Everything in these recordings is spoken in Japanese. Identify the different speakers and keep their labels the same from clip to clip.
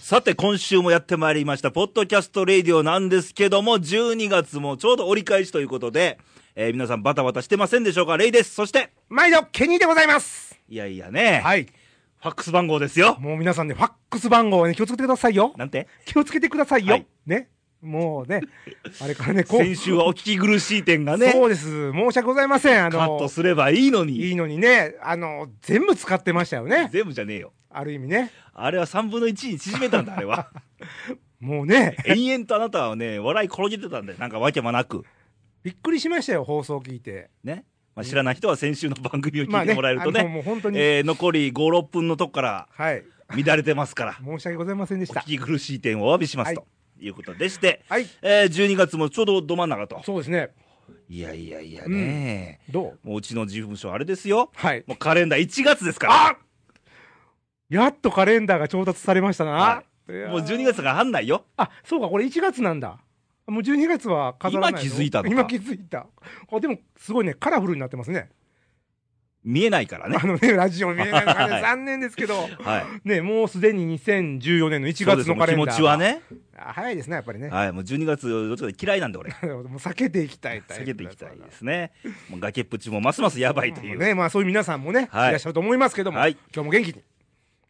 Speaker 1: さて、今週もやってまいりました、ポッドキャストレディオなんですけども、12月もちょうど折り返しということで、えー皆さんバタバタしてませんでしょうかレイです。そして、
Speaker 2: 毎度、ケニーでございます。
Speaker 1: いやいやね、
Speaker 2: はい。
Speaker 1: ファックス番号ですよ。
Speaker 2: もう皆さんね、ファックス番号をね、気をつけてくださいよ。
Speaker 1: なんて
Speaker 2: 気をつけてくださいよ。
Speaker 1: はい
Speaker 2: ね。もうね、あれからね、こう。
Speaker 1: 先週はお聞き苦しい点がね、
Speaker 2: そうです。申し訳ございません。あ
Speaker 1: カット
Speaker 2: の、
Speaker 1: すればいいのに
Speaker 2: いいのにね、あの、全部使ってましたよね。
Speaker 1: 全部じゃねえよ。
Speaker 2: ある意味ね。
Speaker 1: あれは3分の1に縮めたんだ、あれ は。
Speaker 2: もうね、
Speaker 1: 延々とあなたはね、笑い転げてたんだよ。なんかわけもなく。
Speaker 2: びっくりしましたよ、放送聞いて。
Speaker 1: ね。まあ、知らない人は先週の番組を聞いてもらえるとね、
Speaker 2: あのもう本当に、
Speaker 1: えー残り5、6分のとこから
Speaker 2: はい。
Speaker 1: 乱れてますから、
Speaker 2: 申し訳ございませんでし
Speaker 1: お
Speaker 2: た
Speaker 1: 聞。き苦しい点をお詫びします、
Speaker 2: はい
Speaker 1: ということでして、
Speaker 2: はい。
Speaker 1: えー12月もちょうどど真ん中と。
Speaker 2: そうですね。
Speaker 1: いやいやいやね、
Speaker 2: どう
Speaker 1: うもううちの事務所あれですよ。
Speaker 2: はい。
Speaker 1: もうカレンダー1月ですから。
Speaker 2: あやっとカレンダーが調達されましたな。
Speaker 1: はい
Speaker 2: やー
Speaker 1: もう12月が入んないよ。
Speaker 2: あ、そうか、これ1月なんだ。もう12月は飾らない
Speaker 1: 今気づいたのか
Speaker 2: 今気づいた。あ、でも、すごいね、カラフルになってますね。
Speaker 1: 見えないからね
Speaker 2: あ。のね、ラジオ見え ないのが
Speaker 1: はい
Speaker 2: ね、残念ですけど、
Speaker 1: はい。
Speaker 2: ね、もうすでに2014年の1
Speaker 1: そうで
Speaker 2: 月
Speaker 1: す
Speaker 2: のカレンダー。
Speaker 1: もう気持ちは。ね。
Speaker 2: 早いですね、やっぱりね。
Speaker 1: はい。もう12月、どっちかで嫌いなんで俺。
Speaker 2: もう避けていきたいタイ
Speaker 1: 避
Speaker 2: プ
Speaker 1: けていきたいで
Speaker 2: です
Speaker 1: すね。もう崖っぷちもますますやばいという。
Speaker 2: ね、まあそういう皆さんもね、
Speaker 1: はい
Speaker 2: い、らっしゃると思いますけども、
Speaker 1: はい
Speaker 2: 今日も元気に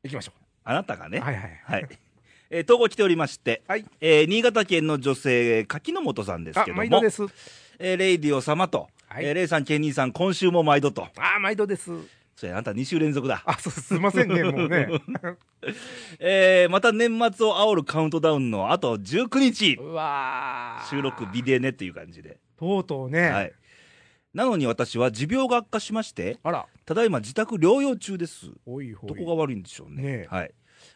Speaker 2: いきましょ
Speaker 1: あなたが
Speaker 2: う。
Speaker 1: ね。は。
Speaker 2: はいいはい。
Speaker 1: えー投稿来ておりまして、
Speaker 2: はい
Speaker 1: えー新潟県の女性、柿の本さんです
Speaker 2: あ
Speaker 1: け、ど
Speaker 2: 毎度
Speaker 1: も
Speaker 2: で、す。
Speaker 1: えーレイディオ様と、
Speaker 2: はい
Speaker 1: えーレイさん、ケニーさん、今週も毎度と。
Speaker 2: あ、毎度です。
Speaker 1: それあなた2週連続だ。
Speaker 2: あ、そう、すいませんね、も うね。
Speaker 1: えーまた年末を煽るカウントダウンのあと19日、
Speaker 2: うわー
Speaker 1: 収録日でねっていう感じで。
Speaker 2: とうとうね。
Speaker 1: はい。なのに私は持病が悪化しまして、
Speaker 2: あら、
Speaker 1: ただいま自宅療養中です。
Speaker 2: おいほい。
Speaker 1: どこが悪いんでしょうね。
Speaker 2: ねえ
Speaker 1: はい。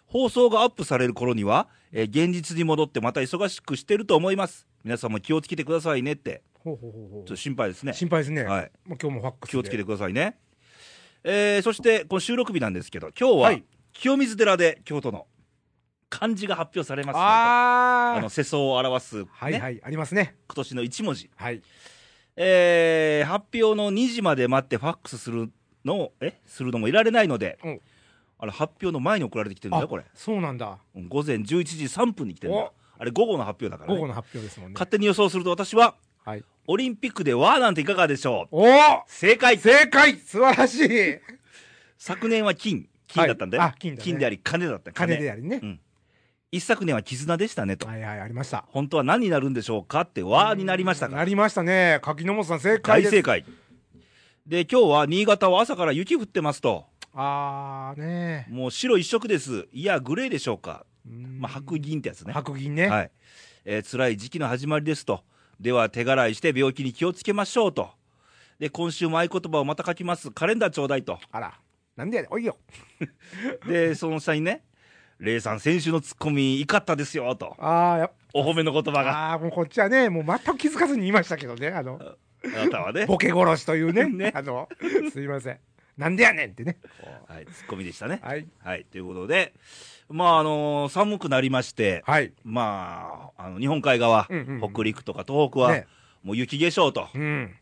Speaker 1: 放送がアップされる頃には、えー現実に戻ってまた忙しくしてると思います。皆さんも気をつけてくださいねって。
Speaker 2: ほうほうほう
Speaker 1: ちょ
Speaker 2: ほう
Speaker 1: っと心配ですね。
Speaker 2: 心配ですね。
Speaker 1: はい
Speaker 2: もう今日もファックス
Speaker 1: 気をつけて
Speaker 2: で。
Speaker 1: くださいね。えーそして、この収録日なんですけど、今日
Speaker 2: は、
Speaker 1: はい清水寺で京都の漢字が発表されますねと。あ
Speaker 2: あ
Speaker 1: の、
Speaker 2: あ
Speaker 1: 世相を表す、ね
Speaker 2: はいはい、ありますね。
Speaker 1: 今年の一文字。
Speaker 2: はい。
Speaker 1: えー発表の2時まで待ってファックスするのを、えするのもいられないので、
Speaker 2: うん
Speaker 1: あれ、発表の前に送られてきてるんだよ、これ。
Speaker 2: そうなんだ。
Speaker 1: うん午前11時3分に来てるんだ
Speaker 2: お
Speaker 1: あれ午後の発表だから、
Speaker 2: 午
Speaker 1: ね
Speaker 2: 後の発表ですもんね。
Speaker 1: 勝手に予想すると私は
Speaker 2: はい。
Speaker 1: オリンピックではなんていかがでしょう
Speaker 2: おー
Speaker 1: 正解
Speaker 2: 正解素晴ら しい
Speaker 1: 昨年は金金だったんで、
Speaker 2: はいあ金だね
Speaker 1: であり金だった
Speaker 2: 金でありね
Speaker 1: う。ん一昨年は絆でしたねと、
Speaker 2: はいはい、ありました。
Speaker 1: 本当は何になるんでしょうかって和になりましたか
Speaker 2: な
Speaker 1: ら
Speaker 2: りましたね。柿の本さん正解
Speaker 1: 大
Speaker 2: です。
Speaker 1: 正解で今日は新潟は朝から雪降ってますと
Speaker 2: あーね
Speaker 1: もう白一色ですいやグレーでしょうか、
Speaker 2: うん
Speaker 1: まあ、白銀ってやつね
Speaker 2: 白銀ね。
Speaker 1: はいえー辛い時期の始まりですと、では手洗いして病気に気をつけましょうと、で今週も合言葉をまた書きます、カレンダーちょうだいと、
Speaker 2: あら、なんでやで、おいよ。
Speaker 1: でその下にね、レイさん、先週のツッコミ、怒ったですよと、
Speaker 2: あーやっ
Speaker 1: お褒めの言葉が、
Speaker 2: ぱ、あーもうこっちはね、もう全く気づかずに言いましたけどね。あの、
Speaker 1: あなたはね、
Speaker 2: ボケ殺しとい う
Speaker 1: ね
Speaker 2: ね。あの、すいません。なんでやねんってね。
Speaker 1: はい、ツッコミでしたね。
Speaker 2: はい。
Speaker 1: はい、ということで、まああのー寒くなりまして、
Speaker 2: はい。
Speaker 1: まあ、あの日本海側、
Speaker 2: うんうんうん
Speaker 1: 北陸とか東北は、
Speaker 2: ね
Speaker 1: もう雪化粧と、
Speaker 2: うん。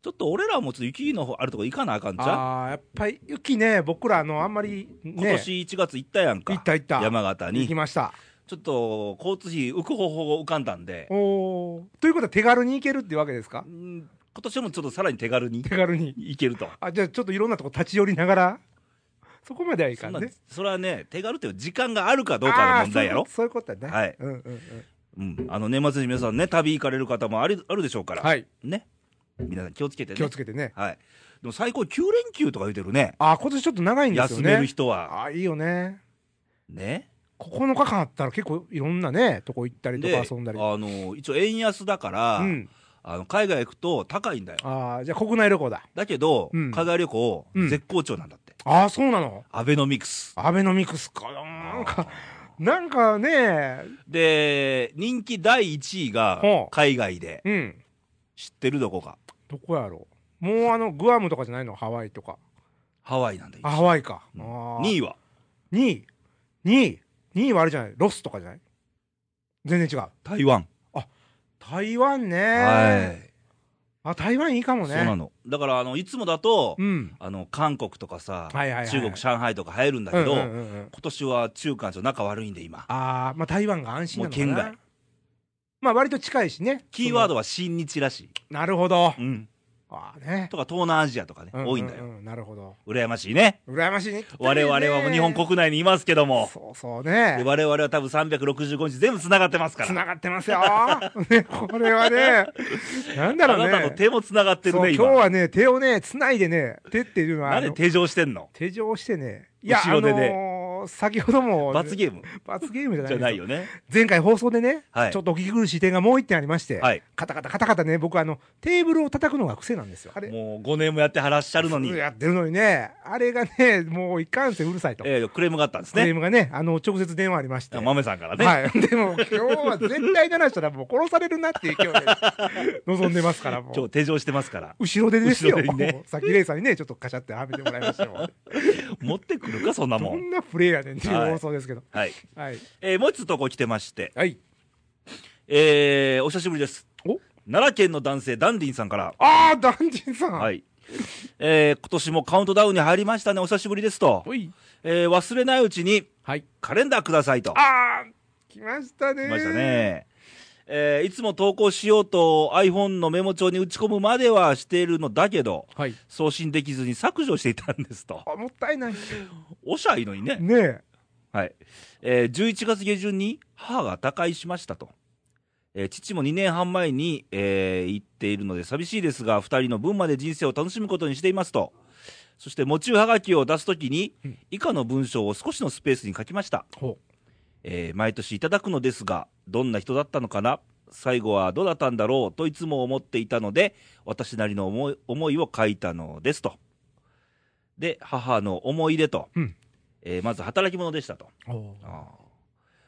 Speaker 1: ちょっと俺らもちょっと雪の方あるとこ行かなあかんじゃん。
Speaker 2: ああ、やっぱり雪ね、僕らあの、あんまりね、
Speaker 1: 今年1月行ったやんか。
Speaker 2: 行った行った
Speaker 1: 山形に
Speaker 2: 行き。ました。
Speaker 1: ちょっと交通費浮く方法が浮かんだんで、
Speaker 2: おーということは手軽に行けるっていうわけですか
Speaker 1: うん今年もちょっとさらに手軽に
Speaker 2: 手軽に。
Speaker 1: 行けると。
Speaker 2: あ、じゃあちょっといろんなとこ立ち寄りながら、そこまではい
Speaker 1: そ
Speaker 2: か
Speaker 1: ん
Speaker 2: ん
Speaker 1: な
Speaker 2: ね。
Speaker 1: それはね、手軽っていう時間があるかどうかの問題や
Speaker 2: あ
Speaker 1: ろ
Speaker 2: ー。そういうことそういうことだね。
Speaker 1: はい
Speaker 2: うんうんうん。
Speaker 1: うん、あの年末に皆さんね、旅行かれる方もありあるでしょうから、
Speaker 2: はい。
Speaker 1: ね、皆さん気をつけてね。
Speaker 2: 気をつけてね。
Speaker 1: はい、でも最高9連休とか言うてるね、
Speaker 2: あー今年ちょっと長いんですよ
Speaker 1: 休
Speaker 2: ね。
Speaker 1: める人は。
Speaker 2: あーいいよね。
Speaker 1: ね、
Speaker 2: 9日間あったら結構いろんなね、とこ行ったりと
Speaker 1: で、あ
Speaker 2: か遊んだり。
Speaker 1: の一応、円安だから、
Speaker 2: うん。
Speaker 1: あの海外行くと高いんだよ。
Speaker 2: ああ、じゃあ国内旅行だ。
Speaker 1: だけど、
Speaker 2: うん
Speaker 1: 海外旅行、
Speaker 2: うん
Speaker 1: 絶好調なんだって、
Speaker 2: ああ、そうなの
Speaker 1: アベノミクス。
Speaker 2: アベノミクスか。なんか、なんかね、
Speaker 1: で、人気第1位が
Speaker 2: ほう
Speaker 1: 海外で、
Speaker 2: うん。
Speaker 1: 知ってるどこか、
Speaker 2: どこやろう。もうあの、グアムとかじゃないのハワイとか。
Speaker 1: ハワイなんだよ。
Speaker 2: あ、ハワイか。
Speaker 1: うん
Speaker 2: あ
Speaker 1: 2
Speaker 2: 位。
Speaker 1: 位は、
Speaker 2: 2位。2位。2位はあれじゃないロスとかじゃない全然違う。
Speaker 1: 台湾。
Speaker 2: 台湾ね。
Speaker 1: は
Speaker 2: あ、台湾いいかもね。
Speaker 1: そうなのだからあのいつもだと、
Speaker 2: うん。
Speaker 1: あの韓国とかさ、
Speaker 2: はいはいはい
Speaker 1: 中国上海とか入るんだけど、
Speaker 2: うんうんうんうん
Speaker 1: 今年は中間と仲悪いんで今
Speaker 2: ああ、まあ台湾が安心なのかな。
Speaker 1: もう圏外
Speaker 2: まあ割と近いしね。
Speaker 1: キーワー
Speaker 2: ド。
Speaker 1: ドは親日らしい、
Speaker 2: なるほど。
Speaker 1: うん、
Speaker 2: ああね。
Speaker 1: とか東南アジアとかね、
Speaker 2: うう
Speaker 1: 多いんだよ
Speaker 2: うなるほど。
Speaker 1: 羨ましいね
Speaker 2: 羨ましいね。
Speaker 1: 我々はもう日本国内にいますけども、
Speaker 2: そうそうね
Speaker 1: で。我々は多分365日全部つながってますか
Speaker 2: つ
Speaker 1: ら
Speaker 2: ながってますよ。 ねこれはね、なんだろうね。
Speaker 1: あなたと手もつながってる
Speaker 2: そう
Speaker 1: ね
Speaker 2: 今日
Speaker 1: 今
Speaker 2: はね、手をね、つないでね、手っていうのは、あ
Speaker 1: 何で
Speaker 2: の
Speaker 1: 手錠してんの
Speaker 2: 手錠してね、
Speaker 1: 後ろでね
Speaker 2: あのー先ほども、
Speaker 1: 罰ゲーム
Speaker 2: 罰ゲームじゃない
Speaker 1: じゃ
Speaker 2: です
Speaker 1: ないよね
Speaker 2: 前回放送でね、
Speaker 1: はい
Speaker 2: ちょっとお聞き苦しい点がもう一点ありまして、
Speaker 1: はい
Speaker 2: カタカタカタカタね、僕あの、テーブルを叩くのが癖なんですよ。あれ、
Speaker 1: もう5年もやってはらっしゃるのに、
Speaker 2: やってるのにね、あれがね、もういかんせんうるさいと。
Speaker 1: えークレームがあったんです
Speaker 2: クレ
Speaker 1: ね
Speaker 2: ームがね、あの、直接電話ありまして。
Speaker 1: 豆さんからね、
Speaker 2: はい。でも、今日は絶対だなしたらもう殺されるなっていう今日で望んでますから、も
Speaker 1: 今
Speaker 2: う
Speaker 1: 日。手錠してますから
Speaker 2: 後ろでですよ。
Speaker 1: 後ろでね
Speaker 2: もうさっきレイさんにね、ちょっとカシャってはめてもらいま したよ。
Speaker 1: 持ってくるかそんな
Speaker 2: ど
Speaker 1: もん
Speaker 2: んなプレイやねんっていう
Speaker 1: はい
Speaker 2: 放送ですけど。
Speaker 1: はい、
Speaker 2: はい。
Speaker 1: えーもう一つとこ来てまして
Speaker 2: はい。
Speaker 1: えー、お久しぶりです
Speaker 2: お
Speaker 1: 奈良県の男性ダンディンさんから
Speaker 2: ああ、ダンジンさん。。
Speaker 1: はいいえー今年もカウントダウンに入りましたねお久しぶりですと、
Speaker 2: い。
Speaker 1: えー忘れないうちに
Speaker 2: はい。
Speaker 1: カレンダーくださいと
Speaker 2: ああ、来ましたね。
Speaker 1: 来ました。ねえーいつも投稿しようと iPhone のメモ帳に打ち込むまではしているのだけど
Speaker 2: はい。
Speaker 1: 送信できずに削除していたんですと
Speaker 2: あ、もったいない。
Speaker 1: おしゃいのに ね
Speaker 2: ねえ。
Speaker 1: はい、えー11月下旬に母が他界しましたと、えー父も2年半前に、えー行っているので寂しいですが2人の分まで人生を楽しむことにしていますとそして喪中はがきを出すときに
Speaker 2: うん
Speaker 1: 以下の文章を少しのスペースに書きました、
Speaker 2: ほ
Speaker 1: えー毎年いただくのですがどんな人だったのかな最後はどうだったんだろうといつも思っていたので私なりの思い思いを書いたのですとで母の思い出と、
Speaker 2: うん
Speaker 1: えーまず働き者でしたと
Speaker 2: う。お
Speaker 1: ああ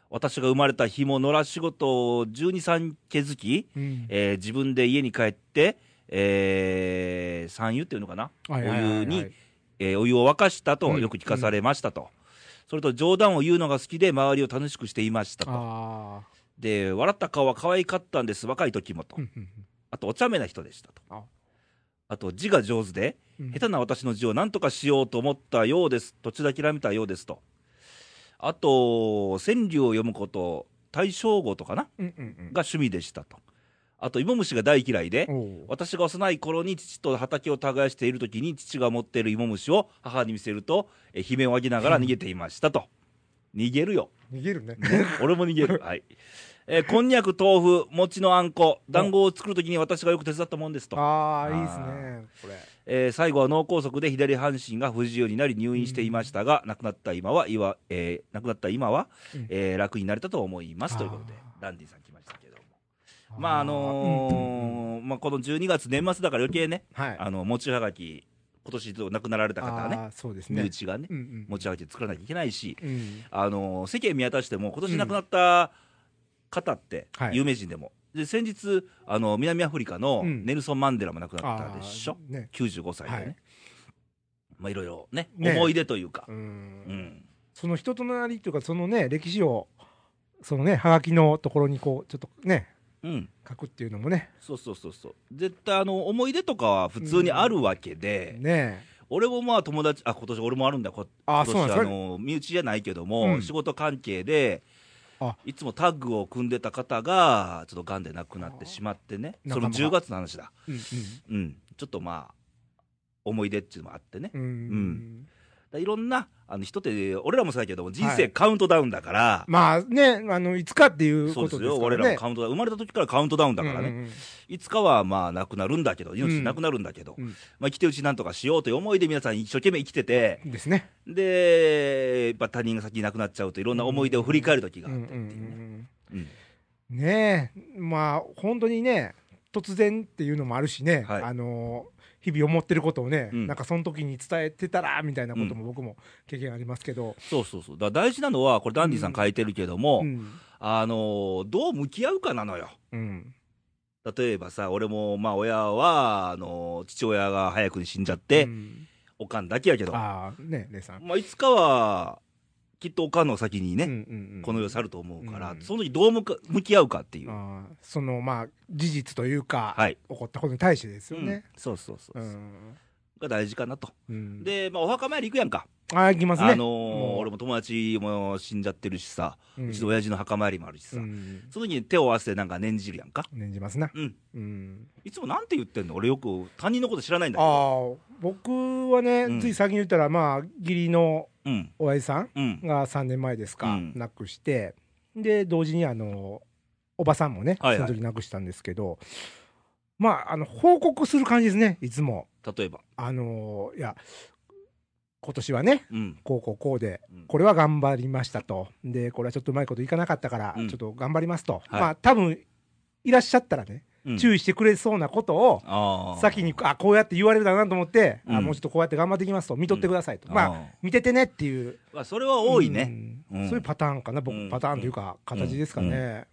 Speaker 1: 私が生まれた日も野良仕事を12、三毛づき、
Speaker 2: うん。
Speaker 1: えー自分で家に帰って、えー、三湯っていうのかな、
Speaker 2: はいはいはいはい
Speaker 1: お湯に、えーお湯を沸かしたと
Speaker 2: うん
Speaker 1: よく聞かされましたと、それと冗談を言うのが好きで、周りを楽しくしていましたと、
Speaker 2: ああ。
Speaker 1: で笑った顔は可愛かったんです、若い時もと
Speaker 2: う、んうん
Speaker 1: あとお茶目な人でしたと
Speaker 2: あ、
Speaker 1: あと字が上手で、
Speaker 2: うん
Speaker 1: 下手な私の字を何とかしようと思ったようです、途中で諦めたようですと、あと、川柳を読むこと、大正語とかな、
Speaker 2: うんうん
Speaker 1: が趣味でしたと、あと、芋虫が大嫌いで
Speaker 2: うん。、お
Speaker 1: 私が幼い頃に父と畑を耕しているときに、父が持っている芋虫を母に見せると、え悲鳴を上げながら逃げていましたと、逃げる よ、
Speaker 2: 逃げるね。
Speaker 1: ね俺も逃げる、はいえーこんにゃく、豆腐、餅のあんこ、団子を作るときに私がよく手伝ったもんですと。
Speaker 2: ああ、いい
Speaker 1: あ
Speaker 2: ですね。
Speaker 1: えー最後は脳梗塞で左半身が不自由になり入院していましたが、亡くなった今はいわ、えー亡くなった今は、
Speaker 2: うん
Speaker 1: えー楽になれたと思いますということで
Speaker 2: あー
Speaker 1: ランディさん来ましたけども
Speaker 2: これ。
Speaker 1: まああのー
Speaker 2: うんうんうん
Speaker 1: まあ、この12月年末だから余計ね、
Speaker 2: はい。
Speaker 1: あの持ちはがき今年ちょっと亡くなられた方はね
Speaker 2: あーそうです
Speaker 1: 身
Speaker 2: ね。
Speaker 1: 内がね
Speaker 2: うんうん
Speaker 1: 持ちはがき作らなきゃいけないし、
Speaker 2: うん。
Speaker 1: あのー世間見渡しても今年亡くなった方って、
Speaker 2: はい
Speaker 1: 有名人でもで先日あの南アフリカの
Speaker 2: うん
Speaker 1: ネルソン・マンデラも亡くなった
Speaker 2: あ
Speaker 1: でしょ、
Speaker 2: ーね。
Speaker 1: 95歳でね、
Speaker 2: はい
Speaker 1: まあいろいろね
Speaker 2: ね
Speaker 1: 思い出というか、
Speaker 2: う。
Speaker 1: うんん、
Speaker 2: その人となりというか、そのね、歴史を、そのね、はがきのところにこう、ちょっとね、
Speaker 1: うん、
Speaker 2: 書くっていうのもね。
Speaker 1: そうそうそうそう絶対あの思い出とかは普通にあるわけで、
Speaker 2: ね
Speaker 1: 俺もまあ友達あ今年俺もあるんだこ今
Speaker 2: あーそうな
Speaker 1: 年
Speaker 2: んで
Speaker 1: あ
Speaker 2: すか
Speaker 1: の身内じゃないけども、
Speaker 2: うん
Speaker 1: 仕事関係で
Speaker 2: あ
Speaker 1: いつもタッグを組んでた方がちょっと癌で亡くなってしまってね
Speaker 2: あー
Speaker 1: その
Speaker 2: 仲間
Speaker 1: 10
Speaker 2: が
Speaker 1: 月の話だ
Speaker 2: うん
Speaker 1: うんちょっとまあ思い出っていうのもあってね、
Speaker 2: うん。うん。
Speaker 1: だいろんなあの人って俺らもそうやけども人生カウントダウンだから、
Speaker 2: まあね、あの、いつかっていう
Speaker 1: そうで
Speaker 2: こ
Speaker 1: す
Speaker 2: と
Speaker 1: よ、
Speaker 2: ですからね。
Speaker 1: 我らもカウントダウン、生まれた時からカウントダウンだからね、
Speaker 2: うんうんうん
Speaker 1: いつかはまあなくなるんだけど、命なくなるんだけど、
Speaker 2: うん
Speaker 1: まあ、生きてるうちなんとかしようという思いで皆さん、一生懸命生きてて、
Speaker 2: ですね。
Speaker 1: で、やっぱ他人が先に亡くなっちゃうと、いろんな思い出を振り返る時があってっていうね、うん
Speaker 2: うんうんねえ、まあ本当にね、突然っていうのもあるしね、
Speaker 1: はい
Speaker 2: あの日々思ってることをね、
Speaker 1: うん
Speaker 2: なんかその時に伝えてたらみたいなことも僕も経験ありますけど、
Speaker 1: そうそうそう、だから大事なのは、これ、ダンディさん書いてるけども、
Speaker 2: うん
Speaker 1: あのーどう向き合うかなのよ。
Speaker 2: うん
Speaker 1: 例えばさ、俺も、まあ、親は、あのー父親が早くに死んじゃって、
Speaker 2: うん
Speaker 1: おかんだけやけど、
Speaker 2: ああねレイさん、
Speaker 1: まあ、いつかはきっとおかんの先にね、
Speaker 2: うんうんうん
Speaker 1: この世去ると思うから、
Speaker 2: うん
Speaker 1: その時どう向か向き合うかっていう。
Speaker 2: あーそのまあ事実というか、
Speaker 1: はい
Speaker 2: 起こったことに対してですよ
Speaker 1: うん
Speaker 2: ね。
Speaker 1: そうそうそう
Speaker 2: う
Speaker 1: そう、
Speaker 2: ん
Speaker 1: が大事かなと。
Speaker 2: うん、
Speaker 1: で、まあ、お墓参り行くやんか。
Speaker 2: あー行きますね。
Speaker 1: あのー
Speaker 2: もう
Speaker 1: 俺も友達も死んじゃってるしさ、
Speaker 2: う
Speaker 1: うんちの親父の墓参りもあるしさ、
Speaker 2: うん
Speaker 1: その時に手を合わせてなんか念じるやんか。
Speaker 2: 念じますな。
Speaker 1: うん。
Speaker 2: うん、
Speaker 1: いつもなんて言ってんの俺よく他人のこと知らないんだ
Speaker 2: あ
Speaker 1: けど。
Speaker 2: あ僕はね、
Speaker 1: うん
Speaker 2: つい先に言ったらまあ義理の
Speaker 1: うん。
Speaker 2: おやじさん
Speaker 1: うん。
Speaker 2: が3年前ですか、
Speaker 1: うん
Speaker 2: 亡くしてで同時にあのおばさんもね、
Speaker 1: はいはい
Speaker 2: その時亡くしたんですけどまああの報告する感じですねいつも。
Speaker 1: 例えば。
Speaker 2: あのいや今年はね
Speaker 1: うん。
Speaker 2: こうこうこうで
Speaker 1: うん
Speaker 2: これは頑張りましたとでこれはちょっとうまいこといかなかったから、
Speaker 1: うん
Speaker 2: ちょっと頑張りますと、
Speaker 1: はい
Speaker 2: まあ多分いらっしゃったらね、
Speaker 1: うん
Speaker 2: 注意してくれそうなことを
Speaker 1: ああ。
Speaker 2: 先にあこうやって言われるだなと思って、
Speaker 1: う
Speaker 2: あ
Speaker 1: ん
Speaker 2: もうちょっとこうやって頑張っていきますと見とってくださいと、
Speaker 1: うん
Speaker 2: ま
Speaker 1: あ
Speaker 2: あ
Speaker 1: ー
Speaker 2: 見ててねっていう
Speaker 1: まあ、それは多いね。
Speaker 2: うん
Speaker 1: うん
Speaker 2: そういうパターンかな僕、
Speaker 1: うん
Speaker 2: パターンというか形ですかね、
Speaker 1: うん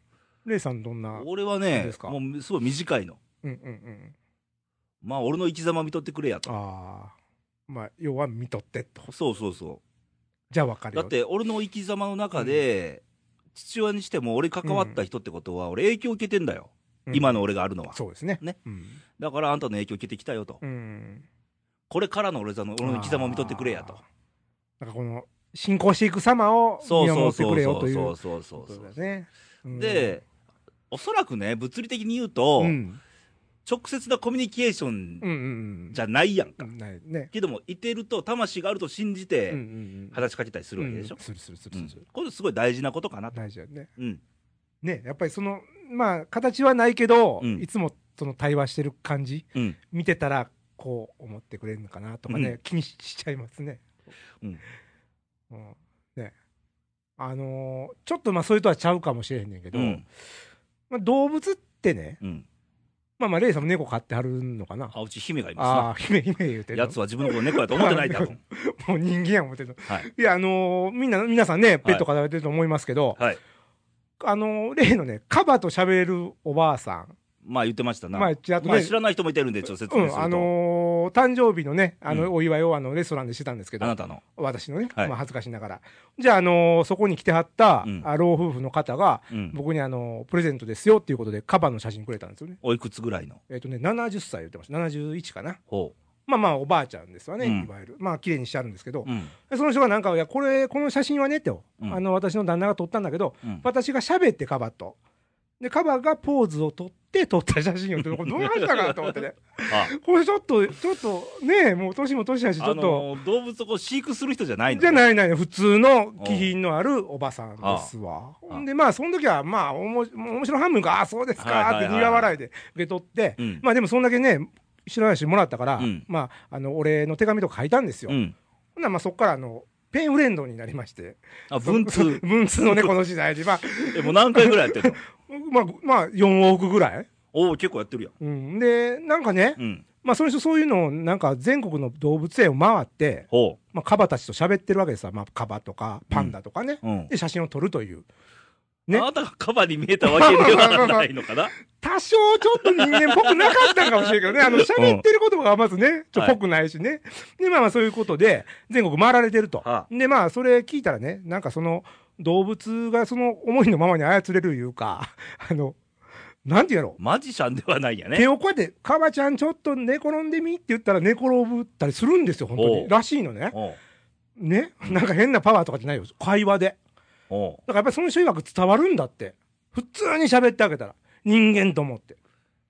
Speaker 2: レイさんどんな
Speaker 1: 俺は
Speaker 2: どう
Speaker 1: ね
Speaker 2: です、か
Speaker 1: もうすごい短いの。
Speaker 2: うんうんうん
Speaker 1: まあ、俺の生き様見とってくれやと。
Speaker 2: ああまあ要は見とってと
Speaker 1: そうそうそ
Speaker 2: じゃあ分か
Speaker 1: う。
Speaker 2: る
Speaker 1: だ
Speaker 2: よ
Speaker 1: って、俺の生き様の中で、父親にしても俺関わった人ってことは、俺影響受けてんだよ。
Speaker 2: うん
Speaker 1: 今の俺があるのは。
Speaker 2: そうですね
Speaker 1: ね
Speaker 2: うん
Speaker 1: だから、あんたの影響受けてきたよと。
Speaker 2: うん
Speaker 1: これからの俺の俺の生き様を見とってくれやと
Speaker 2: あ。ーなんかこの進行していく様を
Speaker 1: そう
Speaker 2: 見
Speaker 1: そ
Speaker 2: 守
Speaker 1: う
Speaker 2: って
Speaker 1: そ
Speaker 2: く
Speaker 1: う
Speaker 2: れよと
Speaker 1: そう
Speaker 2: いう
Speaker 1: そうそうそ
Speaker 2: こ
Speaker 1: う
Speaker 2: と
Speaker 1: そう
Speaker 2: だね。うん
Speaker 1: で、おそらくね、物理的に言うと、
Speaker 2: うん、
Speaker 1: 直接なコミュニケーション
Speaker 2: うんうんうん
Speaker 1: じゃないやんか。
Speaker 2: うんないね。
Speaker 1: けども、いてると、魂があると信じ
Speaker 2: うんう
Speaker 1: て、
Speaker 2: んうん
Speaker 1: 話しかけたりするわけでしょ
Speaker 2: うん。するするす
Speaker 1: う
Speaker 2: る
Speaker 1: ん
Speaker 2: する。
Speaker 1: これすごい大事なことかなと。
Speaker 2: 大事だよね。
Speaker 1: うん。
Speaker 2: ね、やっぱりそのまあ形はないけど、
Speaker 1: うん
Speaker 2: いつもその対話してる感じ
Speaker 1: うん。
Speaker 2: 見てたらこう思ってくれるのかなとかね、
Speaker 1: うん
Speaker 2: 気にしちゃいますね。
Speaker 1: うん
Speaker 2: うんね。あのーちょっとまあそれとはちゃうかもしれへんねんけど、
Speaker 1: うん。
Speaker 2: まあ、動物ってね、
Speaker 1: うん。
Speaker 2: まあまあ、レイさんも猫飼ってはるのかな。
Speaker 1: あ、うち姫がいま
Speaker 2: ああ、姫姫言うて
Speaker 1: す
Speaker 2: る
Speaker 1: な。
Speaker 2: の。
Speaker 1: やつは自分のこと猫やと思ってないだろう。
Speaker 2: もう人間や思ってるの。
Speaker 1: はい。
Speaker 2: いや、あのーみんな、皆さんね、ペット飼われてると思いますけど、
Speaker 1: はい。
Speaker 2: あのー例のね、カバと喋れるおばあさん。
Speaker 1: まあ言ってましたな。
Speaker 2: まあ、ちらっと
Speaker 1: まあ
Speaker 2: ね
Speaker 1: 知、らない人もいてるんで、ちょっと説
Speaker 2: う
Speaker 1: 明する
Speaker 2: ん、
Speaker 1: と。
Speaker 2: あのー誕生日のね、あ
Speaker 1: うん
Speaker 2: の、お祝いをあの、レストランでしてたんですけ
Speaker 1: あ
Speaker 2: ど、
Speaker 1: なたの。
Speaker 2: 私のね、
Speaker 1: はい
Speaker 2: まあ、恥ずかしながら。じゃあ、あのーそこに来てはった、
Speaker 1: うん
Speaker 2: あ老夫婦の方が、
Speaker 1: うん。
Speaker 2: 僕にあのープレゼントですよっていうことで、カバの写真くれたんですよね。
Speaker 1: おいくつぐらいの
Speaker 2: えっ、とね、70歳言ってました。71かな。
Speaker 1: ほ
Speaker 2: まあまあ、おばあちゃんですわね、
Speaker 1: うん
Speaker 2: いわゆる。まあ、綺麗にしてあるんですけど、
Speaker 1: う。うん。
Speaker 2: でその人がなんか、いや、これ、この写真はね、と、
Speaker 1: うん
Speaker 2: あの、私の旦那が撮ったんだけど、
Speaker 1: うん
Speaker 2: 私が喋ってカバと。で、カバがポーズを撮って撮った写真を撮る。これどういう話だかなと思ってね。
Speaker 1: あ、
Speaker 2: これちょっと、ちょっと、ねえもう年も年だし、ちょ
Speaker 1: あ
Speaker 2: っと、
Speaker 1: のー動物をこう飼育する人じゃないの
Speaker 2: じゃ
Speaker 1: い。
Speaker 2: ないない、普通の気品のあるおばさんです
Speaker 1: あ
Speaker 2: わ。
Speaker 1: あ
Speaker 2: ほんで、まあ、その時は、まあ、おもし面白半分が、ああ、そうです
Speaker 1: はい
Speaker 2: か、
Speaker 1: は
Speaker 2: っ
Speaker 1: い
Speaker 2: て
Speaker 1: はいはい
Speaker 2: 苦笑いで受け取って、
Speaker 1: うん
Speaker 2: まあ、でもそんだけね、知らない人もらったから、
Speaker 1: うん
Speaker 2: まあ、あの、俺の手紙とか書いたんですよ。
Speaker 1: うん。
Speaker 2: ほんならまあそこからあのペンフレンドになりまして、
Speaker 1: あ、文通。
Speaker 2: 文通 のね、この時代で、まあ、
Speaker 1: え、もう何回ぐらいやって るの
Speaker 2: まあ、まあ、4億ぐらい、
Speaker 1: おお、結構やってるやん。
Speaker 2: うん、で、なんかね、
Speaker 1: うん。
Speaker 2: まあ、その人、そういうのを、なんか全国の動物園を回って、
Speaker 1: ほ
Speaker 2: まあ、カバたちと喋ってるわけですわ、まあ、カバとか、パンダとかね、
Speaker 1: う。うん。
Speaker 2: で、写真を撮るという、
Speaker 1: あ
Speaker 2: ね
Speaker 1: なたがカバに見えたわけではないのかな
Speaker 2: 多少ちょっと人間っぽくなかったんかもしれんけどね、あの喋ってることがまずね、ちょっとぽくないしね、で、まあ、まあそういうことで、全国回られてると
Speaker 1: は、
Speaker 2: で、まあ、それ聞いたらね、なんかその動物がその思いのままに操れるいうか、 あのなんていうやろ
Speaker 1: マジシャンではないんや
Speaker 2: 手
Speaker 1: ね。
Speaker 2: をこうやって、カバちゃん、ちょっと寝転んでみって言ったら、寝転ぶったりするんですよ、本当
Speaker 1: おう
Speaker 2: に。らしいのね。
Speaker 1: おう
Speaker 2: ね、なんか変なパワーとかじゃないよ、会話で。
Speaker 1: おう
Speaker 2: だからやっぱりその人曰く伝わるんだって、普通に喋ってあげたら、人間と思って。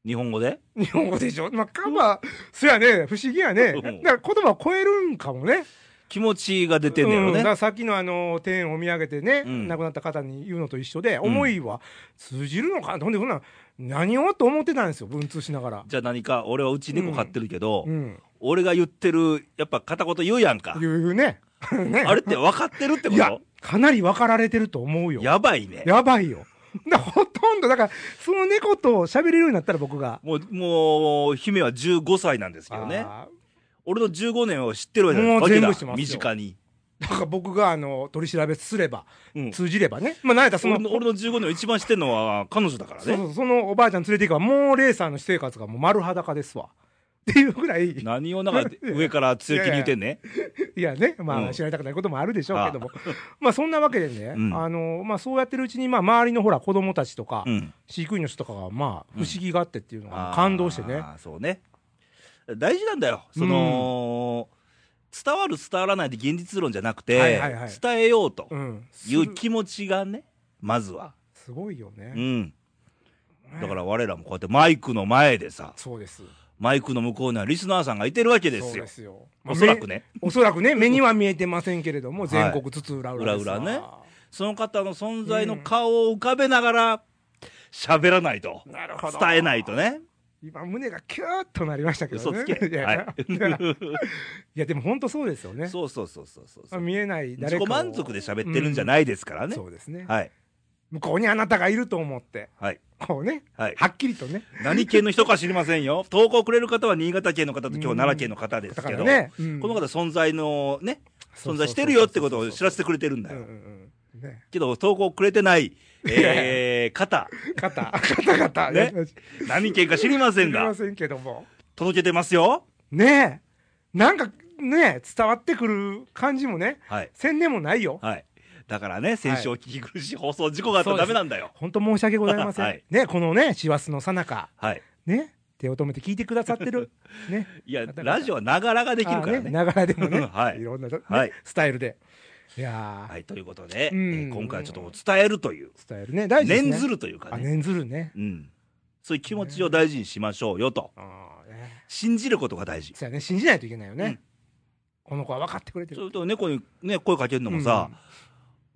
Speaker 1: 日本語で
Speaker 2: 日本語でしょまあ、カバー、そやね、不思議やね。
Speaker 1: う
Speaker 2: だ
Speaker 1: ん
Speaker 2: から言葉を超えるんかもね。
Speaker 1: 気持ちが出てんねや
Speaker 2: う
Speaker 1: ろ
Speaker 2: んだか
Speaker 1: ね。
Speaker 2: らさっきのあの、天を見上げてね、
Speaker 1: うん
Speaker 2: 亡くなった方に言うのと一緒で、
Speaker 1: ん
Speaker 2: 思いは通じるのかなほんで、そんなん、何をと思ってたんですよ、文通しながら。
Speaker 1: じゃあ何か、俺はうち猫飼ってるけど、
Speaker 2: うん。
Speaker 1: 俺が言ってる、やっぱ片言言うやんか
Speaker 2: い。うね。ね
Speaker 1: あれって分かってるってこ
Speaker 2: いや
Speaker 1: と、
Speaker 2: かなり分かられてると思うよ。
Speaker 1: や
Speaker 2: や
Speaker 1: ばいね。
Speaker 2: ばいよ。だからほとんど、だから、その猫と喋れるようになったら僕が。
Speaker 1: もう、もう、姫は15歳なんですけどね。
Speaker 2: あー
Speaker 1: 俺の15年を知ってるわけだ
Speaker 2: もう
Speaker 1: わけだ
Speaker 2: 全部知ってますよ
Speaker 1: 身近に。
Speaker 2: だから僕が、あの、取り調べすれば、
Speaker 1: うん
Speaker 2: 通じればね。まあ、なんやったらその
Speaker 1: 俺、の俺の15年を一番知ってるのは彼女だから
Speaker 2: そう
Speaker 1: ね。
Speaker 2: そうそのおばあちゃん連れていくはもうレーサーの私生活がもう丸裸ですわっていうぐらい、 い
Speaker 1: 何をなんか上から強気に言うてんね。
Speaker 2: やね、ま
Speaker 1: うん
Speaker 2: あ、知られたくないこともあるでしょうけども、まあ、そんなわけでね、
Speaker 1: うん
Speaker 2: あの、まあ、そうやってるうちに、まあ、周りのほら、子供たちとか、
Speaker 1: うん。
Speaker 2: 飼育員の人とかが、まあ、不思議があってっていうの
Speaker 1: あ
Speaker 2: が
Speaker 1: ー
Speaker 2: 感動してね。。
Speaker 1: そうね。大事なんだよ。その、伝わる伝わらないって現実論じゃなくて、
Speaker 2: はいはいはい
Speaker 1: 伝えようと
Speaker 2: うん。す
Speaker 1: いう気持ちがね、まずは。
Speaker 2: すごいよ
Speaker 1: う
Speaker 2: ね。、
Speaker 1: ん。だからら我らもこうやってマイクの前でさ、
Speaker 2: そうです。
Speaker 1: マイクの向こうにはリスナーさんがいてるわけで
Speaker 2: そう
Speaker 1: すよ
Speaker 2: で。すよ。まあ
Speaker 1: おそらく。ね。
Speaker 2: 目おそらくね、目には見えてませんけれども、
Speaker 1: い
Speaker 2: 全国津々浦々ですわ。
Speaker 1: 浦々その方の存在の顔を浮かべながら、喋らないと。
Speaker 2: なるほど。
Speaker 1: 伝えないと。ね。
Speaker 2: 今、胸がキューッとなりましたけど
Speaker 1: 嘘
Speaker 2: ね。
Speaker 1: つけ。
Speaker 2: いや、
Speaker 1: はい
Speaker 2: やいやでも本当そうですよね。
Speaker 1: そうそうそうそうそう
Speaker 2: まあ見えない
Speaker 1: 自
Speaker 2: 誰か
Speaker 1: 己
Speaker 2: を。
Speaker 1: 満足で喋ってるんじゃ
Speaker 2: い、
Speaker 1: ないですからね。
Speaker 2: そうですね、
Speaker 1: はい。
Speaker 2: 向こうにあなたがいると思って、
Speaker 1: はい。
Speaker 2: こうね、
Speaker 1: はい。
Speaker 2: はっきりとね。
Speaker 1: 何県の人か知りません よ。投稿くれる方は新潟県の方と今日奈良県の方です
Speaker 2: だか
Speaker 1: け
Speaker 2: ら
Speaker 1: ど、
Speaker 2: ね、うん
Speaker 1: この方存在のね、
Speaker 2: そ
Speaker 1: 存
Speaker 2: うそうそう
Speaker 1: 在してるよってことを知らせてくれてるんだ
Speaker 2: うんう
Speaker 1: よ。
Speaker 2: んうんね、
Speaker 1: けど、投稿くれてない、 えー、方、
Speaker 2: 肩、 肩肩
Speaker 1: ね
Speaker 2: ね。
Speaker 1: 何県か知りませ
Speaker 2: す
Speaker 1: ん
Speaker 2: みま
Speaker 1: が、
Speaker 2: せんけども。
Speaker 1: 届けてますよ。
Speaker 2: ねえ、なんかね、伝わってくる感じもね、
Speaker 1: はい。
Speaker 2: 宣伝もないよ。
Speaker 1: はい。だからね、先週お聞き苦しい放送事故があったらダメなんだよ。
Speaker 2: 本当申し訳ございませ ん。
Speaker 1: はい
Speaker 2: ね、このね、師走のさなか、
Speaker 1: はい。
Speaker 2: ね、手を止めて聞いてくださって る、ね、
Speaker 1: いや、
Speaker 2: だから
Speaker 1: ラジオはながらができるから
Speaker 2: あー
Speaker 1: ね。
Speaker 2: ながらでもね、
Speaker 1: はい
Speaker 2: い、ろんな、ね
Speaker 1: はい
Speaker 2: スタイルで。いやー、
Speaker 1: はい、ということで、
Speaker 2: うん
Speaker 1: えー今回はちょっと伝えるという、
Speaker 2: スタイルね、大事ですね。
Speaker 1: 念ずるというか
Speaker 2: あ、
Speaker 1: ね、
Speaker 2: 念ずるね。
Speaker 1: うん、そういう気持ちを大事にしましょうよと、
Speaker 2: ああ、ね。
Speaker 1: 信じることが大事。
Speaker 2: そうやね、信じないといけないよね。
Speaker 1: うん
Speaker 2: この子は分かってくれて
Speaker 1: そ
Speaker 2: る。
Speaker 1: れと猫に、ね、声かけるのもさ、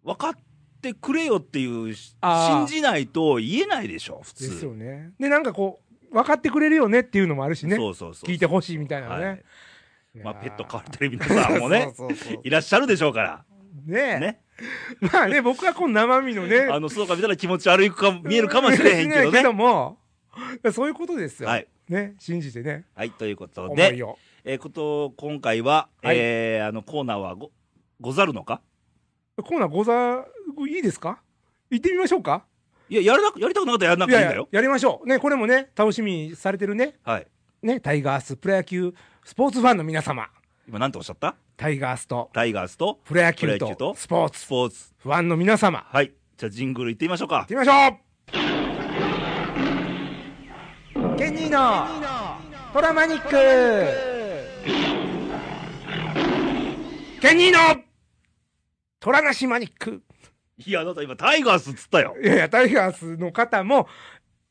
Speaker 1: 分かってくれよっていう、し
Speaker 2: あ
Speaker 1: 信
Speaker 2: ー
Speaker 1: じないと言えないでしょ、普
Speaker 2: うん、です
Speaker 1: 通。
Speaker 2: よね。で、なんかこう、分かってくれるよねっていうのもあるしね。
Speaker 1: そうそうそう。
Speaker 2: 聞いてほしいみたいなのね。
Speaker 1: はい
Speaker 2: いやー
Speaker 1: まあ、ペット飼われてる皆さんもね、
Speaker 2: そうそうそう
Speaker 1: いらっしゃるでしょうか
Speaker 2: ねえ
Speaker 1: ら、ね、
Speaker 2: まあね、僕はこの生身のね、
Speaker 1: あの、そうか見たら気持ち悪いか、見えるかもしれへんけど
Speaker 2: 見えない
Speaker 1: ね。
Speaker 2: も、そういうことですよ。
Speaker 1: はい。
Speaker 2: ね、信じてね、
Speaker 1: はい、ということ
Speaker 2: 思
Speaker 1: で
Speaker 2: い、を。
Speaker 1: えー、こと今回は、
Speaker 2: はい
Speaker 1: えーあのコーナーはごござるのか
Speaker 2: コーナーござ、いいですか行ってみましょうか
Speaker 1: いややらなくやりたくなかったらやらなくていいんだよ
Speaker 2: や、やりましょう。ね、これもね、楽しみにされてるね、
Speaker 1: はい
Speaker 2: ね、タイガースプロ野球スポーツファンの皆様、
Speaker 1: 今なんておっしゃった
Speaker 2: タイガースと
Speaker 1: タイガースと
Speaker 2: プロ野
Speaker 1: プロ
Speaker 2: 球
Speaker 1: 野球と
Speaker 2: とスポー
Speaker 1: ス
Speaker 2: ツ
Speaker 1: ポーツ
Speaker 2: ファンの皆様、行
Speaker 1: はいじゃあジングルいってみましょうか
Speaker 2: ってみましょうケニーのトラマニックケニーのトラなしマニック
Speaker 1: いやあなた今タイガースっつったよ
Speaker 2: いやいや、タイガースの方も、